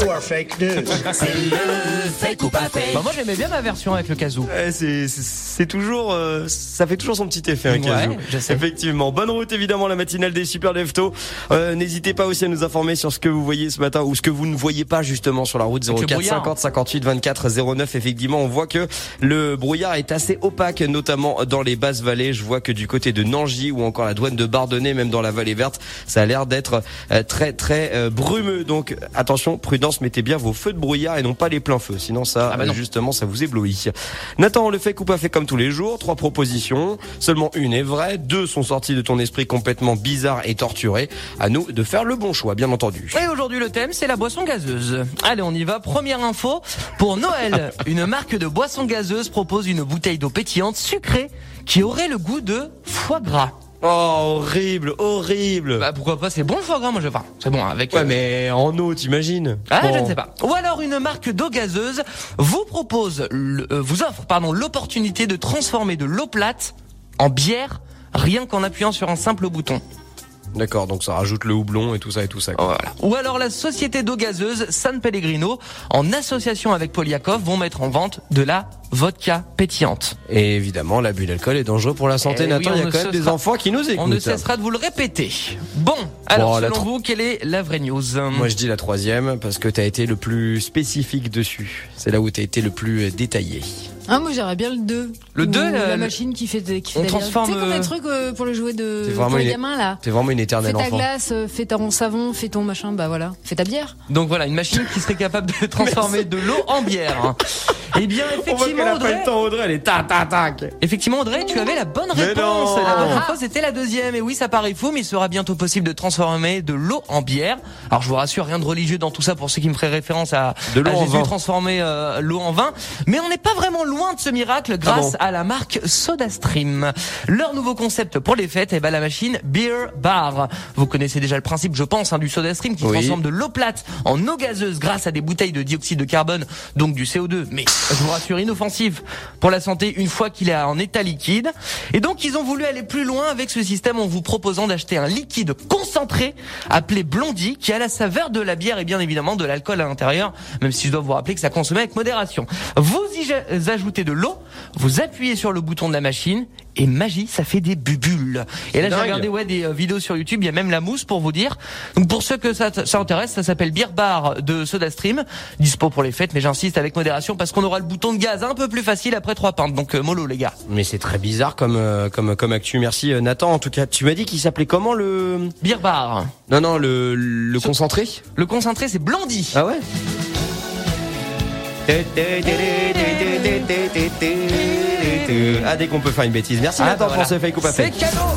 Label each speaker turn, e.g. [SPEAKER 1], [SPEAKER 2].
[SPEAKER 1] You are fake news.
[SPEAKER 2] Bah, moi j'aimais bien ma version avec le kazoo.
[SPEAKER 3] Ouais, c'est- c'est c'est toujours, euh, ça fait toujours son petit effet, un
[SPEAKER 2] Ouais,
[SPEAKER 3] casou.
[SPEAKER 2] je sais.
[SPEAKER 3] Effectivement. Bonne route, évidemment, la matinale des super leftos. Euh, N'hésitez pas aussi à nous informer sur ce que vous voyez ce matin ou ce que vous ne voyez pas justement sur la route
[SPEAKER 2] Avec le
[SPEAKER 3] 04
[SPEAKER 2] brouillard.
[SPEAKER 3] 50 58 24 09. Effectivement, on voit que le brouillard est assez opaque, notamment dans les basses vallées. Je vois que du côté de Nangy ou encore la douane de Bardonnay, même dans la vallée verte, ça a l'air d'être euh, très très euh, brumeux. Donc attention, prudence, mettez bien vos feux de brouillard et non pas les pleins feux. Sinon, ça,
[SPEAKER 2] Ah bah non.
[SPEAKER 3] euh, justement, ça vous éblouit. Nathan, on le fait ou pas fait comme tous les jours. Trois propositions. Seulement une est vraie. Deux sont sorties de ton esprit complètement bizarre et torturé. À nous de faire le bon choix, bien entendu.
[SPEAKER 2] Et aujourd'hui le thème c'est la boisson gazeuse. Allez on y va, première info. Pour Noël, une marque de boisson gazeuse propose une bouteille d'eau pétillante sucrée qui aurait le goût de foie gras.
[SPEAKER 3] Oh, horrible, horrible.
[SPEAKER 2] Bah pourquoi pas, c'est bon le foie gras moi je enfin, c'est bon hein, avec...
[SPEAKER 3] ouais, mais en eau, t'imagines
[SPEAKER 2] Ah, je
[SPEAKER 3] Bon.
[SPEAKER 2] ne sais pas. Ou alors une marque d'eau gazeuse vous propose, le- euh, vous offre, pardon, l'opportunité de transformer de l'eau plate en bière rien qu'en appuyant sur un simple bouton.
[SPEAKER 3] D'accord, donc ça rajoute le houblon et tout ça et tout ça. quoi.
[SPEAKER 2] Ou alors la société d'eau gazeuse San Pellegrino, en association avec Poliakov, vont mettre en vente de la vodka pétillante.
[SPEAKER 3] Et évidemment, l'abus d'alcool est dangereux pour la santé.
[SPEAKER 2] Eh
[SPEAKER 3] Nathan,
[SPEAKER 2] oui,
[SPEAKER 3] il y a
[SPEAKER 2] on ne
[SPEAKER 3] quand même
[SPEAKER 2] se
[SPEAKER 3] des
[SPEAKER 2] sera-
[SPEAKER 3] enfants qui nous écoutent.
[SPEAKER 2] On ne cessera de vous le répéter. Bon, alors
[SPEAKER 3] Bon, la
[SPEAKER 2] selon
[SPEAKER 3] tro-
[SPEAKER 2] vous, quelle est la vraie news
[SPEAKER 3] Moi, je dis la troisième parce que t'as été le plus spécifique dessus. C'est là où t'as été le plus euh, détaillé.
[SPEAKER 4] Ah, moi j'aimerais bien le 2.
[SPEAKER 2] Le deux,
[SPEAKER 4] La
[SPEAKER 2] euh,
[SPEAKER 4] machine qui fait des. Qui fait
[SPEAKER 2] on
[SPEAKER 4] des-
[SPEAKER 2] transforme,
[SPEAKER 4] Tu sais, comme
[SPEAKER 2] euh,
[SPEAKER 4] les trucs euh, pour les jouets de.
[SPEAKER 3] C'est vraiment
[SPEAKER 4] pour les
[SPEAKER 3] une-
[SPEAKER 4] gamins là.
[SPEAKER 3] T'es vraiment une
[SPEAKER 4] Fais
[SPEAKER 3] éternelle
[SPEAKER 4] ta
[SPEAKER 3] enfant.
[SPEAKER 4] glace, euh, fais ton savon, fais ton machin, bah voilà. Fais ta bière.
[SPEAKER 2] Donc voilà, une machine qui serait capable de transformer de l'eau en bière. Eh bien, effectivement, Audrey,
[SPEAKER 3] temps, Audrey, elle est tac, tac, tac.
[SPEAKER 2] effectivement, Audrey, tu avais la bonne
[SPEAKER 3] Mais
[SPEAKER 2] réponse.
[SPEAKER 3] non.
[SPEAKER 2] La bonne réponse c'était la deuxième. Et oui, ça paraît fou, mais il sera bientôt possible de transformer de l'eau en bière. Alors, je vous rassure, rien de religieux dans tout ça pour ceux qui me feraient référence à,
[SPEAKER 3] De l'eau
[SPEAKER 2] à
[SPEAKER 3] en
[SPEAKER 2] Jésus
[SPEAKER 3] vin.
[SPEAKER 2] transformer euh, l'eau en vin. Mais on n'est pas vraiment loin de ce miracle grâce
[SPEAKER 3] Ah bon
[SPEAKER 2] à la marque SodaStream. Leur nouveau concept pour les fêtes, eh ben, la machine Beer Bar. Vous connaissez déjà le principe, je pense, hein, du SodaStream qui
[SPEAKER 3] Oui.
[SPEAKER 2] transforme de l'eau plate en eau gazeuse grâce à des bouteilles de dioxyde de carbone, donc du CO2, mais je vous rassure, inoffensif pour la santé une fois qu'il est en état liquide. Et donc, ils ont voulu aller plus loin avec ce système en vous proposant d'acheter un liquide concentré appelé Blondie qui a la saveur de la bière et bien évidemment de l'alcool à l'intérieur, même si je dois vous rappeler que ça consommait avec modération. Vous y ja- euh, ajoutez de l'eau, vous appuyez sur le bouton de la machine et magie, ça fait des bulles. Et là, j'ai
[SPEAKER 3] Dingue.
[SPEAKER 2] regardé ouais, des euh, vidéos sur YouTube, il y a même la mousse pour vous dire. Donc pour ceux que ça, ça intéresse, ça s'appelle Beer Bar de SodaStream, dispo pour les fêtes, mais j'insiste avec modération parce qu'on aura le bouton de gaz un peu plus facile après trois pintes. Donc euh, mollo les gars.
[SPEAKER 3] Mais c'est très bizarre comme, euh, comme, comme actu. Merci euh, Nathan. En tout cas, tu m'as dit qu'il s'appelait comment le.
[SPEAKER 2] Beer Bar.
[SPEAKER 3] Non, non, le, le
[SPEAKER 2] Ce-
[SPEAKER 3] concentré
[SPEAKER 2] Le concentré c'est Blondie.
[SPEAKER 3] Ah ouais Ah, dès qu'on peut faire une bêtise. Merci
[SPEAKER 2] Ah,
[SPEAKER 3] Nathan
[SPEAKER 2] bah voilà.
[SPEAKER 3] pour ce fake ou pas
[SPEAKER 2] C'est
[SPEAKER 3] fake.
[SPEAKER 2] cadeau.